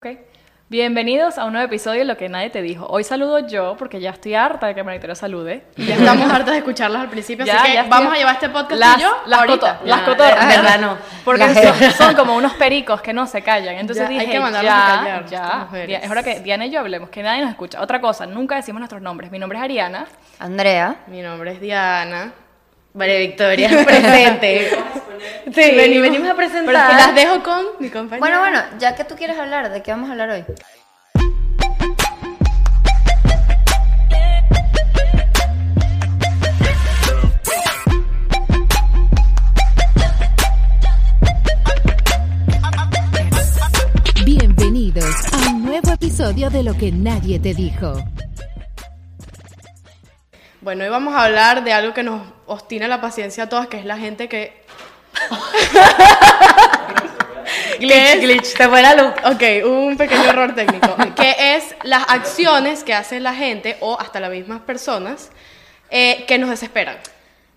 Ok. Bienvenidos a un nuevo episodio de Lo que nadie te dijo. Hoy saludo yo porque ya estoy harta de que María Victoria salude. Ya estamos hartas de escucharlas al principio, Ya, así que ya estoy- vamos a llevar este podcast Las, tú y yo las, ahorita. coto- las Ya, cotorras, en verdad no. Porque Las son, jefas. son como unos pericos que no se callan. Entonces Ya, hay dije, que mandarlas ya, a callar, estas ya. mujeres. Es hora que Diana y yo hablemos, que nadie nos escucha. Otra cosa, nunca decimos nuestros nombres. Mi nombre es Ariana. Pues Andrea. Mi nombre es Diana. Vale, Victoria, presente. sí, Veni- venimos a Pero es que presentar. las dejo con mi compañera. Bueno, bueno, ya que tú quieres hablar, ¿de qué vamos a hablar hoy? Bienvenidos a un nuevo episodio de Lo que nadie te dijo. Bueno, hoy vamos a hablar de algo que nos ostina la paciencia a todas, que es la gente que... glitch, glitch. Te fue la luz. Ok, hubo un pequeño error técnico. que es las acciones que hace la gente, o hasta las mismas personas, eh, que nos desesperan.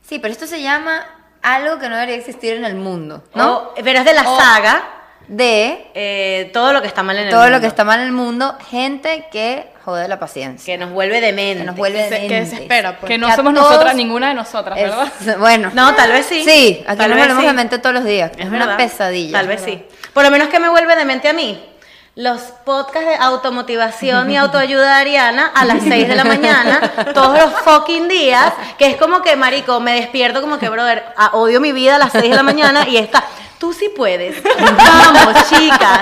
Sí, pero esto se llama algo que no debería existir en el mundo, ¿no? ¿no? pero es de la O- saga De eh, todo lo que está mal en el todo mundo. lo que está mal en el mundo, gente que jode la paciencia. que nos vuelve demente. Que nos vuelve Que se- que dementes. desespera, pues. Que no Que a somos todos nosotras, ninguna de nosotras, Es- ¿verdad? bueno. No, tal vez sí. Sí, aquí Tal nos vez volvemos sí. a mente todos los días. Es, una verdad. pesadilla. Tal vez sí. Por lo menos que me vuelve demente a mí. Los podcasts de automotivación y autoayuda de Ariana a las 6 de la mañana, todos los fucking días, que es como que, marico, me despierto como que, brother, ah, odio mi vida a las 6 de la mañana y está, tú sí puedes, vamos, chicas.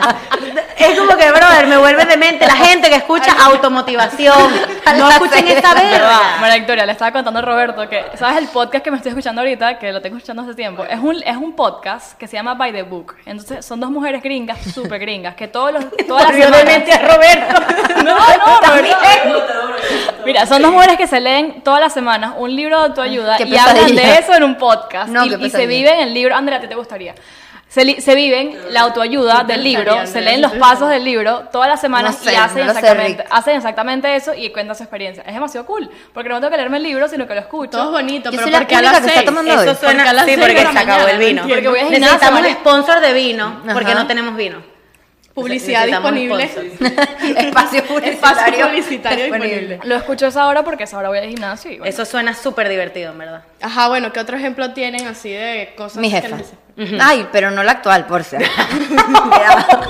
Es como que, brother, me vuelve demente la gente que escucha automotivación. A No las escuchen seis de esta la verga. María Victoria, le estaba contando a Roberto que, ¿sabes el podcast que me estoy escuchando ahorita? Que lo tengo escuchando hace tiempo. Es un, es un podcast que se llama By the Book. Entonces, son dos mujeres gringas, súper gringas, que todos los, todas las Volvió semanas- demente a Roberto. No, no, Roberto. Mira, son dos mujeres que se leen todas las semanas un libro de autoayuda Qué y hablan de pesadilla. eso en un podcast. No, y, qué y se pesadilla. viven el libro. Andrea, ¿a ti te gustaría? Se, li- se viven la autoayuda del libro, gustaría, se Andrea, leen sí los te pasos del libro todas las semanas No sé, y hacen, no lo sé, exactamente, Rick. hacen exactamente eso y cuentan su experiencia. Es demasiado cool, porque no tengo que leerme el libro, sino que lo escucho. Todo es bonito, Yo pero soy la porque a única las que está seis? tomando hoy. Eso suena Porque a las sí, seis de porque la se acabó mañana, el vino. no entiendo. Porque voy a gimnasia, Necesitamos ¿vale? sponsor de vino Ajá. porque no tenemos vino. Publicidad Necesitamos disponible. sponsor. Espacio publicitario, publicitario disponible. Lo escucho a esa hora porque a esa hora voy al gimnasio y bueno. Eso suena súper divertido, en verdad. Ajá, bueno, ¿qué otro ejemplo tienen así de cosas? Mi que jefa. les- Ay, pero no la actual, por si acaso.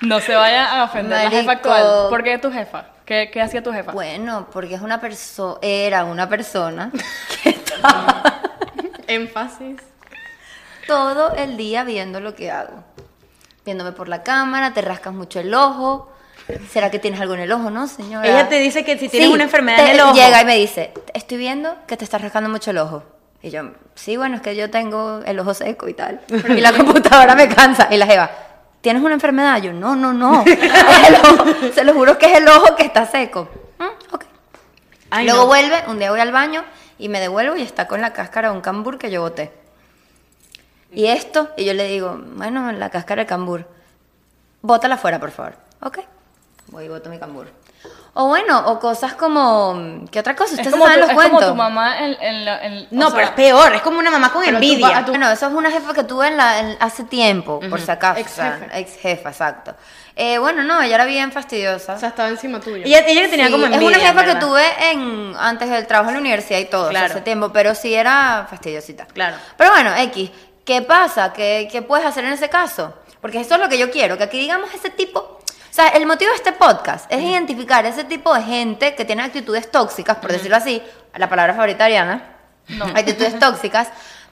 No se vaya a ofender la jefa Marico. actual. ¿Por qué tu jefa? ¿Qué, qué hacía tu jefa? Bueno, porque es una persona, era una persona que estaba Énfasis. todo el día viendo lo que hago. Viéndome por la cámara, te rascas mucho el ojo. ¿Será que tienes algo en el ojo, no, señora? Ella te dice que si tienes una enfermedad te- en el ojo. Llega y me dice, estoy viendo que te estás rascando mucho el ojo. Y yo, sí, bueno, es que yo tengo el ojo seco y tal. Y la computadora me cansa. Y la jeva, ¿tienes una enfermedad? Yo, no, no, no. Es el ojo. Se lo juro que es el ojo que está seco. "Mm, ok". Ay, Luego no. vuelve, un día voy al baño y me devuelvo y está con la cáscara de un cambur que yo boté. Y esto, y yo le digo, bueno, la cáscara de cambur, bótala fuera, por favor. Ok, voy y boto mi cambur. O bueno, o cosas como, ¿qué otra cosa? Es Ustedes como, saben tu, los es como cuentos. tu mamá en, en la- en- No, o sea, pero es peor, es como una mamá con Pero tú envidia. va a tu- Bueno, eso es una jefa que tuve en la- en- hace tiempo, por si acaso. o sea, Ex-jefa. ex-jefa, exacto. Eh, bueno, no, ella era bien fastidiosa. O sea, estaba encima tuyo. Ella, ella que tenía Sí, como envidia. Es una jefa que ¿verdad? tuve en, antes del trabajo en la universidad y todo, o sea, Claro. hace tiempo, pero sí era fastidiosita. Claro. Pero bueno, X, ¿qué pasa? ¿Qué, qué puedes hacer en ese caso? Porque eso es lo que yo quiero, que aquí digamos ese tipo... O sea, el motivo de este podcast es identificar ese tipo de gente que tiene actitudes tóxicas, por decirlo así, la palabra favorita de Ariana, actitudes tóxicas,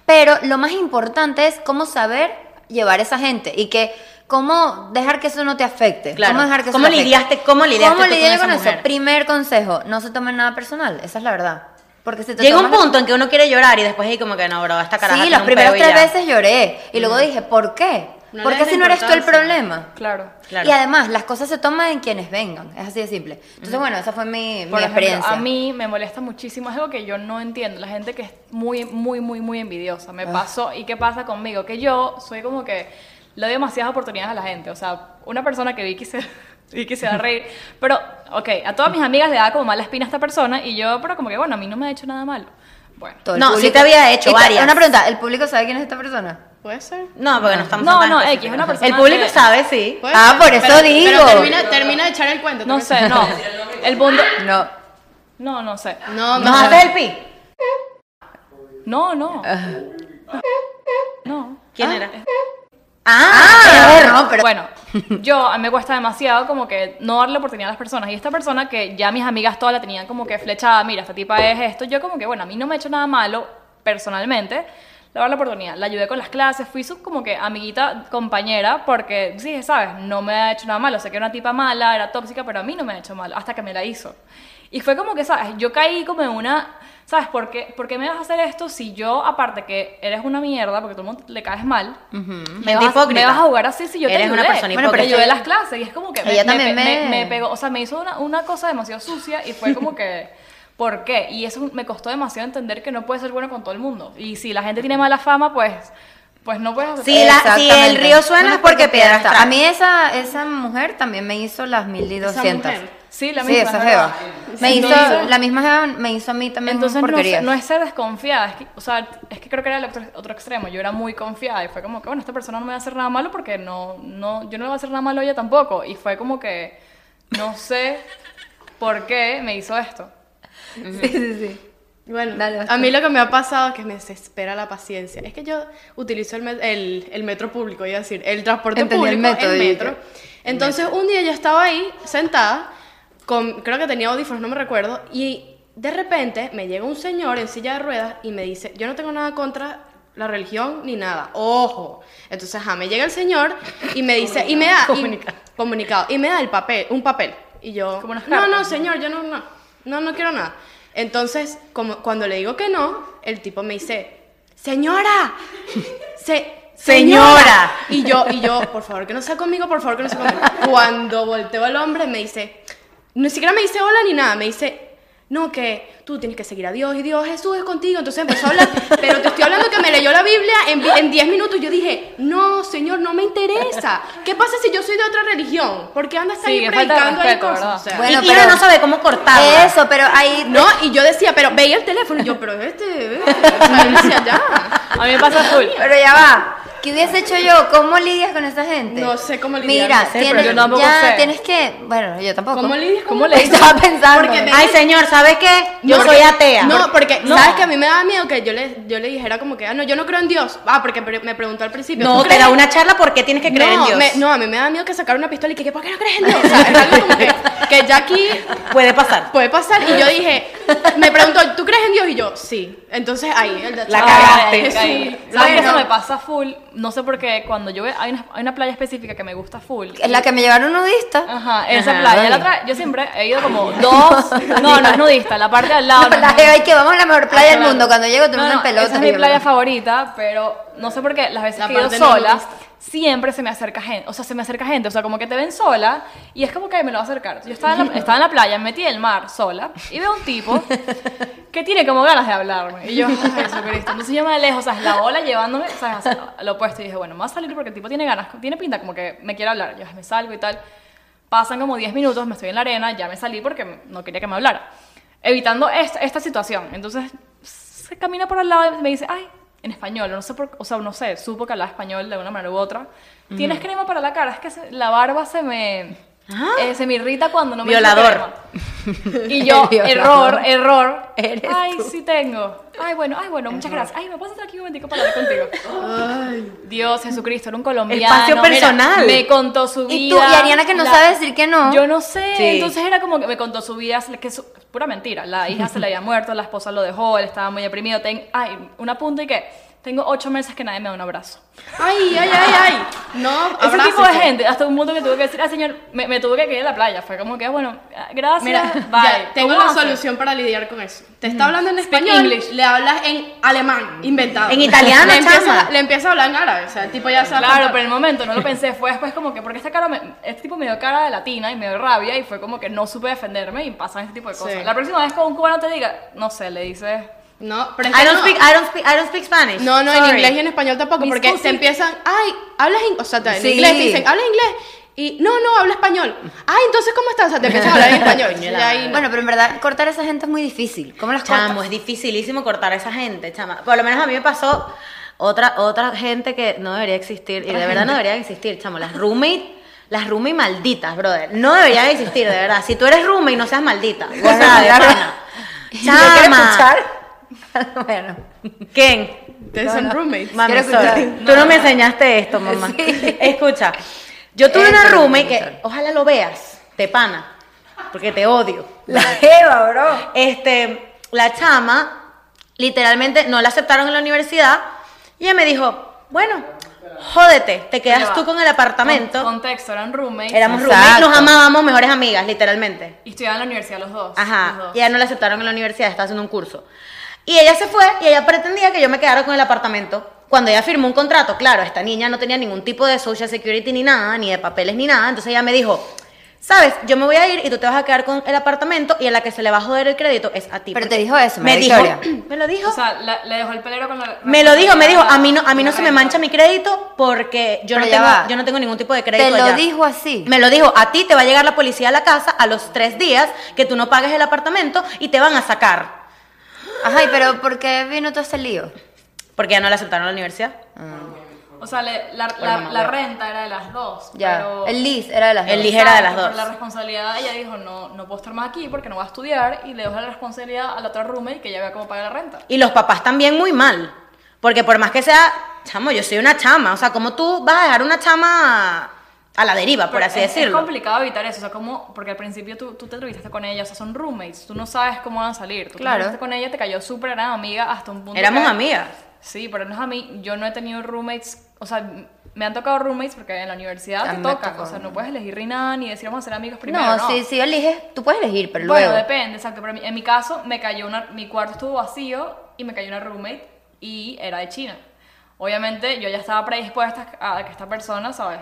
pero lo más importante es cómo saber llevar a esa gente y que cómo dejar que eso no te afecte. Claro. ¿Cómo dejar que eso ¿Cómo te afecte? lidiaste- cómo lidiaste ¿Cómo tú con lidié yo esa con eso? mujer? Primer consejo, no se tomen nada personal, esa es la verdad. Porque si te Llega un tomas- punto en que uno quiere llorar y después ahí como que no, bro, esta caraja Sí, tiene las un primeras peo y tres ya. veces lloré y luego dije, ¿por qué? No ¿Por le qué des si no eres tú el importancia. problema? Claro. Claro. Y además, las cosas se toman en quienes vengan, es así de simple. Entonces, bueno, esa fue mi, mi Por ejemplo, experiencia. a mí me molesta muchísimo, es algo que yo no entiendo, la gente que es muy, muy, muy, muy envidiosa, me pasó, ¿y qué pasa conmigo? Que yo soy como que le doy demasiadas oportunidades a la gente, o sea, una persona que vi que se, Vicky se va a reír, pero, ok, a todas mis amigas le da como mala espina a esta persona y yo, pero como que, bueno, a mí no me ha hecho nada malo. Bueno, Todo el No, sí público. te había hecho Y te- varias. Una pregunta, ¿el público sabe quién es esta persona? ¿Puede ser? No, porque no estamos No, tan no, específicos. X, una persona El público que- sabe, sí. ¿Puede Ah, ser? por eso Pero- digo. Pero termina, termina de echar el cuento. No termina- sé, no. El punto. No. No, no sé. No, no. ¿Nos no. haces el pi? No, no. No. ¿Quién era? Ah, no, pero Bueno, yo a mí me cuesta demasiado como que no darle oportunidad a las personas. Y esta persona que ya mis amigas todas la tenían como que flechada, mira, esta tipa es esto. Yo como que, bueno, a mí no me ha hecho nada malo personalmente. Le voy a dar la oportunidad. La ayudé con las clases, fui su como que amiguita, compañera, porque, sí, sabes, no me ha hecho nada malo. Sé que era una tipa mala, era tóxica, pero a mí no me ha hecho malo, hasta que me la hizo. Y fue como que, ¿sabes? Yo caí como en una... ¿Sabes por qué, por qué me vas a hacer esto si yo, aparte que eres una mierda, porque todo el mundo le caes mal, me, vas, a- me hipócrita. vas a jugar así si yo te Eres una ayudé. persona Bueno, pero hipócrita. ayudé las clases y es como que me, Ella también me- me- me- me pegó, o sea, me hizo una, una cosa demasiado sucia y fue como que, ¿por qué? Y eso me costó demasiado entender que no puedes ser bueno con todo el mundo. Y si la gente tiene mala fama, pues, pues no puedes hacer Sí, la- si el Exactamente. río suena es porque piedra está. A mí esa, esa mujer también me hizo las 1200. mujer. Sí, la sí, misma, esa es jeva. verdad. Me hizo, Entonces- la misma jeva me hizo a mí también Entonces no, porquerías. sé- no es ser desconfiada, es que, o sea, es que creo que era el otro, otro extremo, yo era muy confiada y fue como que, bueno, esta persona no me va a hacer nada malo porque no, no, yo no le voy a hacer nada malo a ella tampoco. Y fue como que, no sé por qué me hizo esto. Sí, sí, sí. Bueno, Dale, vas a mí lo que me ha pasado es que me desespera la paciencia. Es que yo utilizo el, met- el, el metro público, iba a decir, el transporte Entendí el público, el método, metro. y yo- Entonces, un día yo estaba ahí, sentada, con, creo que tenía audífonos, no me recuerdo, y de repente me llega un señor en silla de ruedas y me dice, yo no tengo nada contra la religión ni nada, ojo. Entonces, ajá, me llega el señor y me dice, y me da... y- Comunicado. comunicado, y me da el papel, un papel. Y yo, Como unas no, no, cartas, señor, yo no, no, no, no quiero nada. Entonces, como, cuando le digo que no, el tipo me dice, señora, se- Señora. Y yo, y yo, por favor que no sea conmigo, por favor que no sea conmigo. Cuando volteo al hombre me dice, ni siquiera me dice hola ni nada, me dice, no, que tú tienes que seguir a Dios y Dios Jesús es contigo. Entonces empezó a hablar, pero te estoy hablando que me leyó la Biblia en vi- en 10 minutos. Yo dije, no, señor, no me interesa. ¿Qué pasa si yo soy de otra religión? ¿Por qué andas Sí, ahí que falta de predicando ahí respeto, cosas? ¿verdad? O sea, Bueno, y, y uno pero- no sabe cómo cortarla. Eso, pero ahí no, y yo decía, pero veía el teléfono y yo, pero este, eh, va hacia allá. A mí me pasa full. Pero ya va. ¿Qué hubiese hecho yo? ¿Cómo lidias con esa gente? No sé cómo lidiar, Mira, no sé, tienes, pero yo tampoco ya sé. tienes que. Bueno, yo tampoco. ¿Cómo lidias con ¿Cómo la- le Estaba pensando. Porque me- Ay, señor, ¿sabes qué? Yo No, soy porque- atea. No, porque No. sabes que a mí me daba miedo que yo le, yo le dijera como que, ah, no, yo no creo en Dios. Ah, porque pre- me preguntó al principio. No, ¿tú te crees da en- una charla porque tienes que creer no, en Dios. me- no, a mí me daba miedo que sacara una pistola y que, que, ¿por qué no crees en Dios? O sea, es algo como que, que ya aquí Puede pasar. puede pasar. Y yo dije, me preguntó, ¿tú crees en Dios? Y yo, sí. Entonces ahí, el de La atrás. cagaste. Jesús. Caí. ¿Sabes que eso me pasa full? No sé por qué, cuando yo voy- hay una, hay una playa específica que me gusta full. En la que me llevaron nudista. Ajá, esa Ajá, playa. vale. La otra- yo siempre he ido como dos. No, no es nudista, la parte de al lado. no es La nudista. jeva, y que vamos a la mejor playa del Claro. mundo. Cuando llego, tú No, me no, una pelota. Esa es y mi yo, playa bueno. favorita, pero no sé por qué las veces La que he ido parte no sola, nudista. siempre se me acerca gente. O sea, se me acerca gente. O sea, como que te ven sola y es como que me lo va a acercar. Yo estaba en la, estaba en la playa, me metí en el mar sola y veo un tipo que tiene como ganas de hablarme. Y yo, "Ay, Jesucristo. Entonces yo me alejo, o sea, es la ola llevándome, o sea, hacia lo opuesto. Y dije, bueno, me voy a salir porque el tipo tiene ganas, tiene pinta como que me quiere hablar. Yo me salgo y tal. Pasan como 10 minutos, me estoy en la arena, ya me salí porque no quería que me hablara. Evitando esta, esta situación. Entonces se camina por al lado y me dice, ay, en español, no sé por, o sea, no sé, supo que hablaba español de una manera u otra. ¿Tienes crema para la cara? Es que se- la barba se me, Ah. eh, se me irrita cuando no me echo Violador. crema". Y yo, Violador. error, error. Eres ay, sí tengo. Ay, bueno, ay, bueno, muchas gracias. Ay, ¿me puedes estar aquí un momentico para hablar contigo? Dios, Jesucristo, era un colombiano. Espacio Mira, personal. me contó su vida. Y tú, y Ariana que no la- sabe decir que no. yo no sé, Sí. entonces era como que me contó su vida, que es pura mentira. La hija se le había muerto, la esposa lo dejó, él estaba muy deprimido. Ten, ay, un apunte y que tengo ocho meses que nadie me da un abrazo. Ay, ay, ay, ay. No, Ese abrácense. tipo de gente, hasta un punto que tuve que decir, ah, señor, me, me tuve que quedar en la playa. Fue como que, bueno, ah, gracias, Mira, bye. ya, tengo ¿Cómo la haces? solución para lidiar con eso. Te está hablando en español, English. le hablas en alemán, inventado. En italiano, le empieza, chama. le empieza a hablar en árabe, o sea, el tipo ya sabe. Claro, pero en el momento no lo pensé, fue después como que, porque esta cara, me- este tipo me dio cara de latina y me dio rabia y fue como que no supe defenderme y pasan este tipo de cosas. Sí. La próxima vez que un cubano te diga, no sé, le dices... No, pero es que I don't no- speak, I don't speak, I don't speak Spanish. No, no, en Sorry. inglés y en español tampoco, Mis porque cosas. te empiezan, ay, hablas inglés, o sea, te- en Sí. inglés te dicen, hablas inglés, y no, no, habla español. Ay, entonces, ¿cómo estás? O sea, te empiezan a hablar en español. y ahí, Bueno, pero en verdad, cortar a esa gente es muy difícil. ¿Cómo las Chamo, cortas? es dificilísimo cortar a esa gente, chama. Por lo menos a mí me pasó Otra, otra gente que no debería existir, y de verdad no deberían existir, chamo, las roommate, las roommate malditas, brother. No deberían existir, de verdad. Si tú eres roommate, no seas maldita. O sea, de pana. ¿No quiere Chama. escuchar? bueno. ¿Quién? Ustedes son roommates. Mami, Quiero escuchar. sorry. Tú no me enseñaste esto, mamá. Sí. Escucha, yo tuve Eso una no me roommate gusta. que, ojalá lo veas, te pana, porque te odio. La jeva, bro. Este, la chama, literalmente, no la aceptaron en la universidad y ella me dijo, bueno, jódete, te quedas tú con el apartamento. Con- contexto, eran roommates. Éramos Exacto. roommates, nos amábamos, mejores amigas, literalmente. Y estudiaban en la universidad los dos. Ajá. los dos. Y ella no la aceptaron en la universidad, está haciendo un curso. Y ella se fue y ella pretendía que yo me quedara con el apartamento. Cuando ella firmó un contrato, claro, esta niña no tenía ningún tipo de social security ni nada, ni de papeles ni nada. Entonces ella me dijo, sabes, yo me voy a ir y tú te vas a quedar con el apartamento y a la que se le va a joder el crédito es a ti. Pero Porque te dijo eso, me María dijo, Victoria. me lo dijo. O sea, la- le dejó el pelero con la. me lo dijo, me dijo, a mí no, a mí con no la se me renta. mancha mi crédito porque yo Pero no ya tengo, va. yo no tengo ningún tipo de crédito. Te lo allá". dijo así. Me lo dijo, a ti te va a llegar la policía a la casa a los tres días que tú no pagues el apartamento y te van a sacar. Ajá, ¿y pero ¿por qué vino todo este lío? Porque ya no la aceptaron a la universidad. O sea, le- la, la- mamá, la bueno. renta era de las dos. Ya. Pero... El Liz era de las El dos. Liz. ligera de las Exacto, pero dos. La responsabilidad, ella dijo, no, no puedo estar más aquí porque no voy a estudiar y le dejó la responsabilidad a la otra roommate que ella vea cómo pagar la renta. Y los papás también muy mal. Porque por más que sea, chamo, yo soy una chama. O sea, ¿cómo tú vas a dejar una chama a la deriva, por Pero así es, es decirlo? complicado evitar eso, o sea, como, porque al principio tú, tú te entrevistaste con ella, o sea, son roommates, tú no sabes cómo van a salir. Tú te Claro. entrevistaste con ella, te cayó súper gran amiga hasta un punto. Éramos que- amigas. Sí, pero no es a mí, yo no he tenido roommates, o sea, me han tocado roommates porque en la universidad A te mí me tocan, tocó o sea, no puedes elegir ni nada, ni decir vamos a ser amigos primero. No, si, si eliges, tú puedes elegir, pero Bueno, luego. depende, exacto. Pero en mi- en mi caso, me cayó una, mi cuarto estuvo vacío y me cayó una roommate y era de China. Obviamente, yo ya estaba predispuesta a que esta persona, ¿sabes?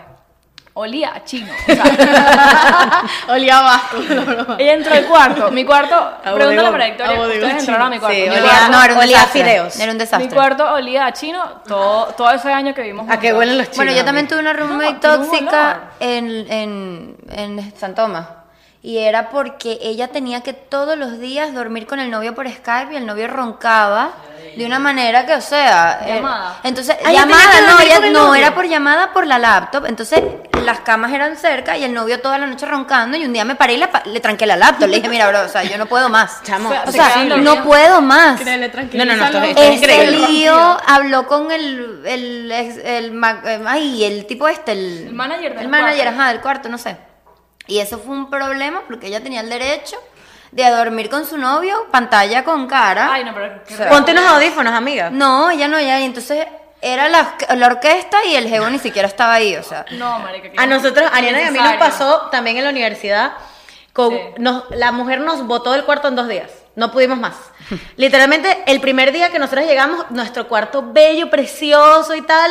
Olía a chino. O sea, Olía vasco. la broma. ella entró al cuarto. Mi cuarto, A pregúntale a bodegón, María Victoria, a bodegón ustedes entraron a mi chino. cuarto. Sí, mi, olía- cuarto no, era un olía a desastre. fideos. Era un mi desastre. cuarto olía a chino todo, todo ese año que vivimos. ¿A qué juntos. huelen los chinos? Bueno, yo también amigo? tuve una roommate No, tiene un tóxica en, en, en San Tomás. Y era porque ella tenía que todos los días dormir con el novio por Skype y el novio roncaba de una manera que, o sea. eh, Llamada. entonces, Ah, ella tenía que llamada, no, dormir ella- con el no, novio. era por llamada por la laptop. Entonces, las camas eran cerca y el novio toda la noche roncando. Y un día me paré y la pa- le tranqué la laptop. Le dije, mira, bro, o sea, yo no puedo más. Chamo, O se sea, quedan dormidos. no puedo más. Créele, tranquilo. No, no, no, esto Ese es- increíble. lío habló con el, el, ex- el, ma- eh, ay, el tipo este, el, El manager del el manager, cuarto. ajá, del cuarto, no sé. Y eso fue un problema porque ella tenía el derecho de dormir con su novio, pantalla con Ah. cara. Ay, no, pero. qué O sea, raro. Ponte unos audífonos, amiga. No, ella no, ella, y entonces era la, orque- la orquesta y el jevo ni siquiera estaba ahí, o sea. No, marica. qué A nosotros, Ariana y a mí nos innecesario. pasó también en la universidad. Con, Sí. nos- la mujer nos botó del cuarto en dos días. No pudimos más. Literalmente, el primer día que nosotros llegamos, nuestro cuarto bello, precioso y tal.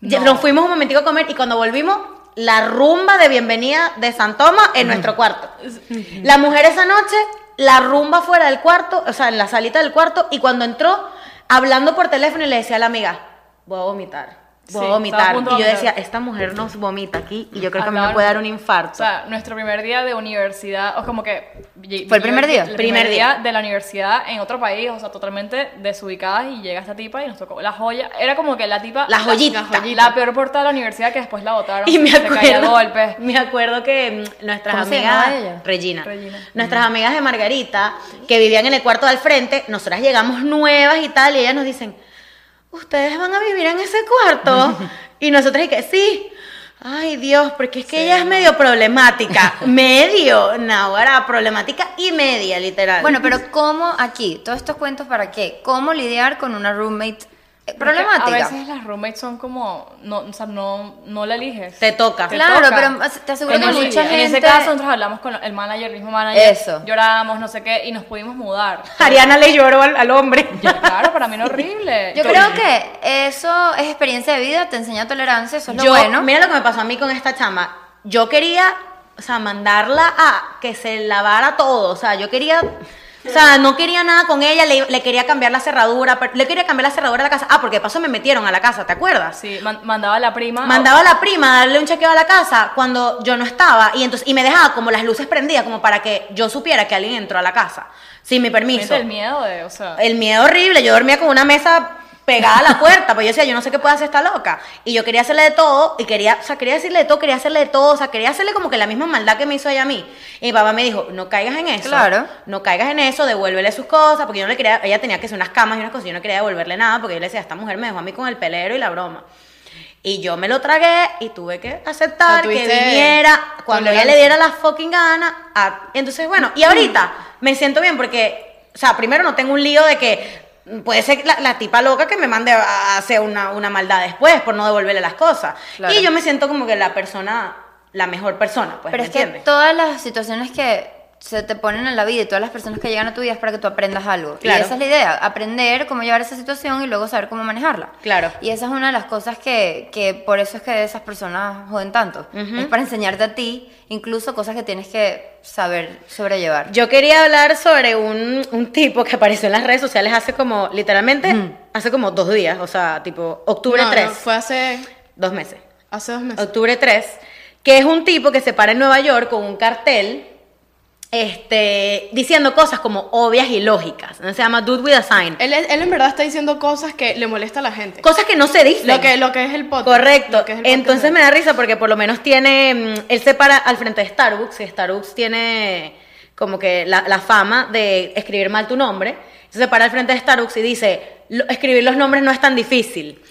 ya- Nos fuimos un momentico a comer y cuando volvimos, la rumba de bienvenida de San Toma en nuestro cuarto. La mujer esa noche, la rumba fuera del cuarto, o sea, en la salita del cuarto, y cuando entró, hablando por teléfono y le decía a la amiga, voy a vomitar. Voy Sí, a estaba a vomitar. punto de Y yo vomitar. decía, esta mujer nos vomita aquí y yo creo que a mí Acaba- me puede dar un infarto. O sea, nuestro primer día de universidad, o como que... ¿Fue el primer día? El Primer primer día. día de la universidad en otro país, o sea, totalmente desubicadas y llega esta tipa y nos tocó la joya. Era como que la tipa... La joyita. La, la peor puerta de la universidad que después la botaron. y me se caía acuerdo, a golpes. me acuerdo que mm, nuestras ¿Cómo se amigas, llamaba ella? Regina, Regina. nuestras amigas de Margarita, que vivían en el cuarto de al frente, nosotras llegamos nuevas y tal, y ellas nos dicen, ustedes van a vivir en ese cuarto. y nosotras y que sí. Ay Dios, porque es que ella es medio problemática, medio, naguará, problemática y media, literal. Bueno, pero ¿cómo aquí? Todos estos cuentos para qué? ¿Cómo lidiar con una roommate eh, problemática? A veces las roommates son como... No, o sea, no, no la eliges. te toca. Claro, toca. pero te aseguro En, que el- mucha en gente... ese caso nosotros hablamos con el manager, el mismo manager, Eso. llorábamos, no sé qué, y nos pudimos mudar. Ariana le lloró al, al hombre. Claro, para mí era horrible. Yo creo que eso es experiencia de vida, te enseña tolerancia, eso es lo Yo- bueno. Mira lo que me pasó a mí con esta chama. Yo quería, o sea, mandarla a que se lavara todo. O sea, yo quería. O sea, no quería nada con ella, le, le quería cambiar la cerradura, pero- le quería cambiar la cerradura de la casa. Ah, porque de paso me metieron a la casa, ¿te acuerdas? Sí, man- mandaba a la prima. Mandaba a la prima a darle un chequeo a la casa cuando yo no estaba y entonces y me dejaba como las luces prendidas como para que yo supiera que alguien entró a la casa sin mi permiso. Obviamente el miedo de, o sea, El miedo horrible, yo dormía con una mesa pegada a la puerta, pues yo decía, yo no sé qué puede hacer esta loca. Y yo quería hacerle de todo, y quería, o sea, quería decirle de todo, quería hacerle de todo, o sea, quería hacerle como que la misma maldad que me hizo ella a mí. Y mi papá me dijo, no caigas en eso. Claro. No caigas en eso, devuélvele sus cosas, porque yo no le quería, ella tenía que hacer unas camas y unas cosas, yo no quería devolverle nada, porque yo le decía, esta mujer me dejó a mí con el pelero y la broma. Y yo me lo tragué y tuve que aceptar O sea, que tuviste viniera cuando ella tolerancia. le diera la fucking gana. a- Entonces, bueno, y ahorita me siento bien porque, o sea, primero no tengo un lío de que mm, puede ser la, la tipa loca que me mande a hacer una, una maldad después por no devolverle las cosas. Claro. Y yo me siento como que la persona, la mejor persona, pues, Pero ¿me es que entiendes? todas las situaciones que se te ponen en la vida y todas las personas que llegan a tu vida es para que tú aprendas algo. Claro. Y esa es la idea, aprender cómo llevar esa situación y luego saber cómo manejarla. Claro. Y esa es una de las cosas que, que por eso es que esas personas joden tanto. Es para enseñarte a ti incluso cosas que tienes que saber sobrellevar. Yo quería hablar sobre un, un tipo que apareció en las redes sociales hace como, literalmente, hace como dos días, o sea, tipo octubre No, no, 3, fue hace, dos meses. hace dos meses. octubre 3, que es un tipo que se para en Nueva York con un cartel este, diciendo cosas como obvias y lógicas. Se llama Dude with a Sign. Él, es- él en verdad está diciendo cosas que le molesta a la gente. Cosas que no se dicen. Lo que, lo que es el podcast. Correcto. Lo que es el podcast Entonces de- me da risa porque por lo menos tiene. mm, Él se para al frente de Starbucks y Starbucks tiene como que la, la fama de escribir mal tu nombre. Entonces se para al frente de Starbucks y dice: "Lo- Escribir los nombres no es tan difícil.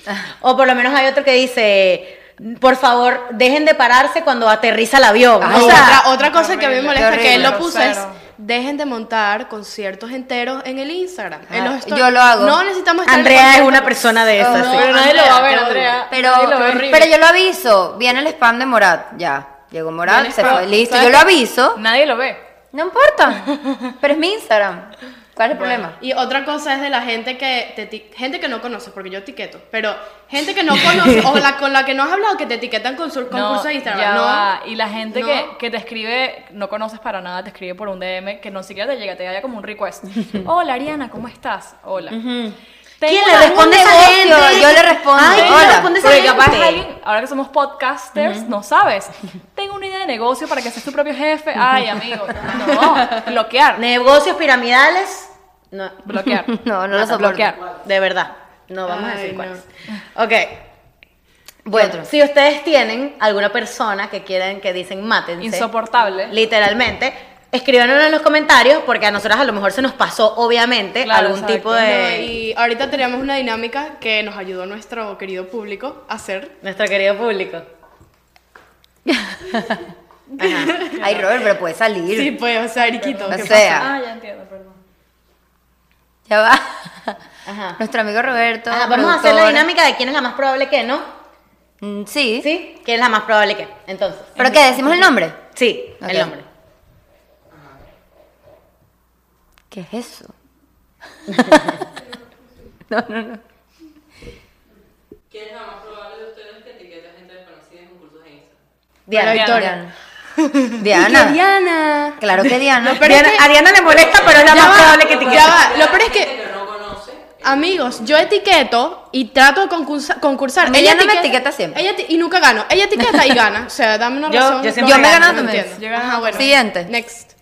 O por lo menos hay otro que dice. Por favor, dejen de pararse cuando aterriza el avión. Ah, o sea, otra, otra cosa que a mí me horrible, molesta qué que él lo horrible, puso grosero. es dejen de montar conciertos enteros en el Instagram. en Ah, los stories. yo lo hago. No necesitamos estar en Andrea es conciertos. una persona de Oh, esas. no. sí. Pero nadie lo va a ver, Andrea, Andrea. Pero, Nadie lo ve horrible. pero yo lo aviso, viene el spam de Morat, ya. Llegó Morat, Viene se spam. fue, listo. ¿Sabes Yo lo qué? aviso, Nadie lo ve. no importa, pero es mi Instagram. ¿Cuál es el problema? Y otra cosa es de la gente que te eti- gente que no conoces, porque yo etiqueto, pero gente que no conoces o la con la que no has hablado que te etiquetan con su concurso de ya Instagram. No, va. Y la gente No. que, que te escribe, no conoces para nada, te escribe por un DM, que no siquiera te llega, te llega como un request. Hola, Ariana, ¿cómo estás? Hola. Tengo ¿Quién le una- responde a esa negocio, gente? yo le respondo, Ay, ¿quién le hola. responde a esa Porque capaz gente? alguien, ahora que somos podcasters, no sabes. Tengo una idea de negocio para que seas tu propio jefe. Ay, amigo. No, bloquear. Negocios piramidales. No, Bloquear. No, no lo soporto. Bloquear. de verdad. No vamos a Ay, decir no. cuáles. Ok. Otro. Bueno, si ustedes tienen alguna persona que quieren que dicen mátense, Insoportable. literalmente, escríbanos en los comentarios porque a nosotras a lo mejor se nos pasó, obviamente, Claro, algún exacto. tipo No, de... y ahorita tenemos una dinámica que nos ayudó nuestro querido público a hacer. Nuestro querido público. Ajá. Ay, Robert, pero puede salir. Sí, pues, o sea, Ariquito, O ¿qué sea. Ah, ya entiendo, perdón. Ya va. Ajá. Nuestro amigo Roberto. Ajá, vamos a hacer la productor. dinámica de quién es la más probable que, ¿no? Mm, Sí. ¿Sí? ¿Quién es la más probable que? Entonces. ¿Pero qué? ¿Decimos el nombre? Sí, Ok. el nombre. ¿Qué es eso? Diana, Diana. Victoria. Diana. Diana. Diana. Claro que Diana. pero- Diana- es que- a Diana le molesta, pero es Ya la más va, probable que te ya va. Lo peor es que Amigos, yo etiqueto y trato de concursa- concursar. A mí ya no me etiqueta siempre. Ella eti- y nunca gano. Ella etiqueta y gana. O sea, dame una Yo- razón. yo Yo me he ganado No también. entiendo. Yo he ganado Ajá, bueno. Siguiente. Next.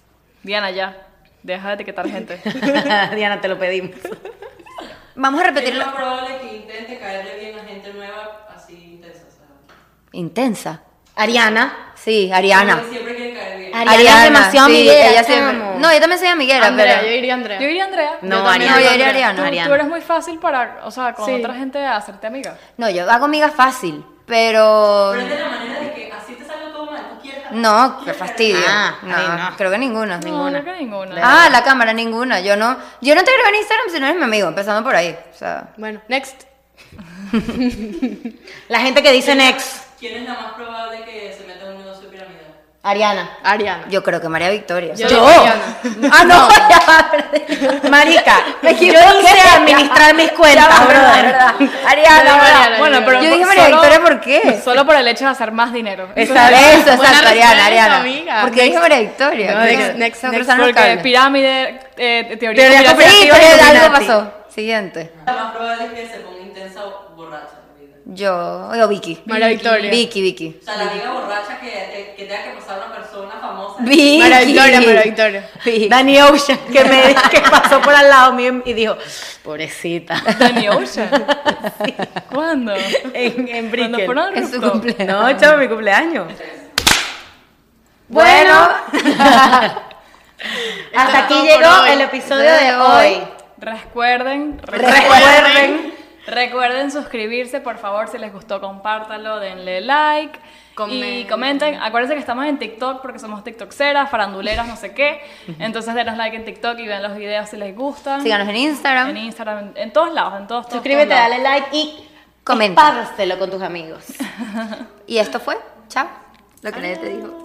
Diana, ya. Deja de etiquetar gente. Diana, te lo pedimos. Vamos a Es más repetirlo. probable que intente caerle bien a gente nueva así intensa. o sea, Intensa. Ariana. Sí, Ariana. porque Siempre quiere caer bien. Ariana, es demasiado sí, amiguera, ella siempre- chamo. No, yo también soy amiguera, Andrea, pero. yo iría a Yo Andrea. diría Andrea. No, Yo también Ariana. diría No, yo diría Ariana. Tú- Ariana. Tú, eres muy fácil para, o sea, con Sí. otra gente hacerte amiga. No, yo hago migas fácil, pero. Pero es de la manera de que así te salga todo mal. Tú quieres. No, qué fastidio. Ah, no, ay, no. creo que ninguna. Ninguna. No, creo que ninguna. Ah, la cámara, ninguna. Yo no, yo no te agrego en Instagram si no eres mi amigo, empezando por ahí. O sea, Bueno, next. La gente que dice next. ¿Quién es la más probable que se meta en un negocio piramidal? Ariana. Ariana. yo creo que María Victoria. Yo- Yo. Ariana. Ah, no. Marica, Me yo equivoqué. Ah, hice administrar mis Ya cuentas, va, brother. verdad, verdad. Ariana, Ya va, verdad. Ariana, Bueno, yo- pero yo por- dije María solo- Victoria, ¿por qué? Solo por el hecho de hacer más dinero. Esa eso, exacto, respuesta, Ariana, Ariana. amiga. ¿Por qué dije María Victoria? No, Creo next, que- next, se next, cruzaron los Porque cables. pirámide, eh, teoría Teoría conspirativa. conspirativa. Sí, pero algo Illuminati. pasó. Siguiente. La más probable es que se ponga intensa o borracha. en la vida. Yo, o Vicky. María Victoria. Vicky, Vicky. O sea, la amiga borracha que, te- que tenga que pasar una persona famosa. Vicky. María Victoria, María Victoria. Vicky. Danny Ocean, que me que pasó por al lado mío y dijo, pobrecita. Danny Ocean. ¿Cuándo? En, en Cuando Brickell. fueron al En su rooftop. cumple- No, chavo, mi cumpleaños. Bueno. Hasta aquí todo llegó por hoy. el episodio de hoy. Recuerden, Recuerden. recuerden suscribirse, por favor, si les gustó, compártanlo, denle like y Comenten. comenten. Acuérdense que estamos en TikTok porque somos TikTokceras, faranduleras, no sé qué. Entonces denos like en TikTok y vean los videos si les gustan. Síganos en Instagram. En Instagram, en- en todos lados, en todos, todos, Suscríbete, todos lados. dale like y Comenta. compártelo con tus amigos. Y esto fue, chao, lo que nadie te dijo.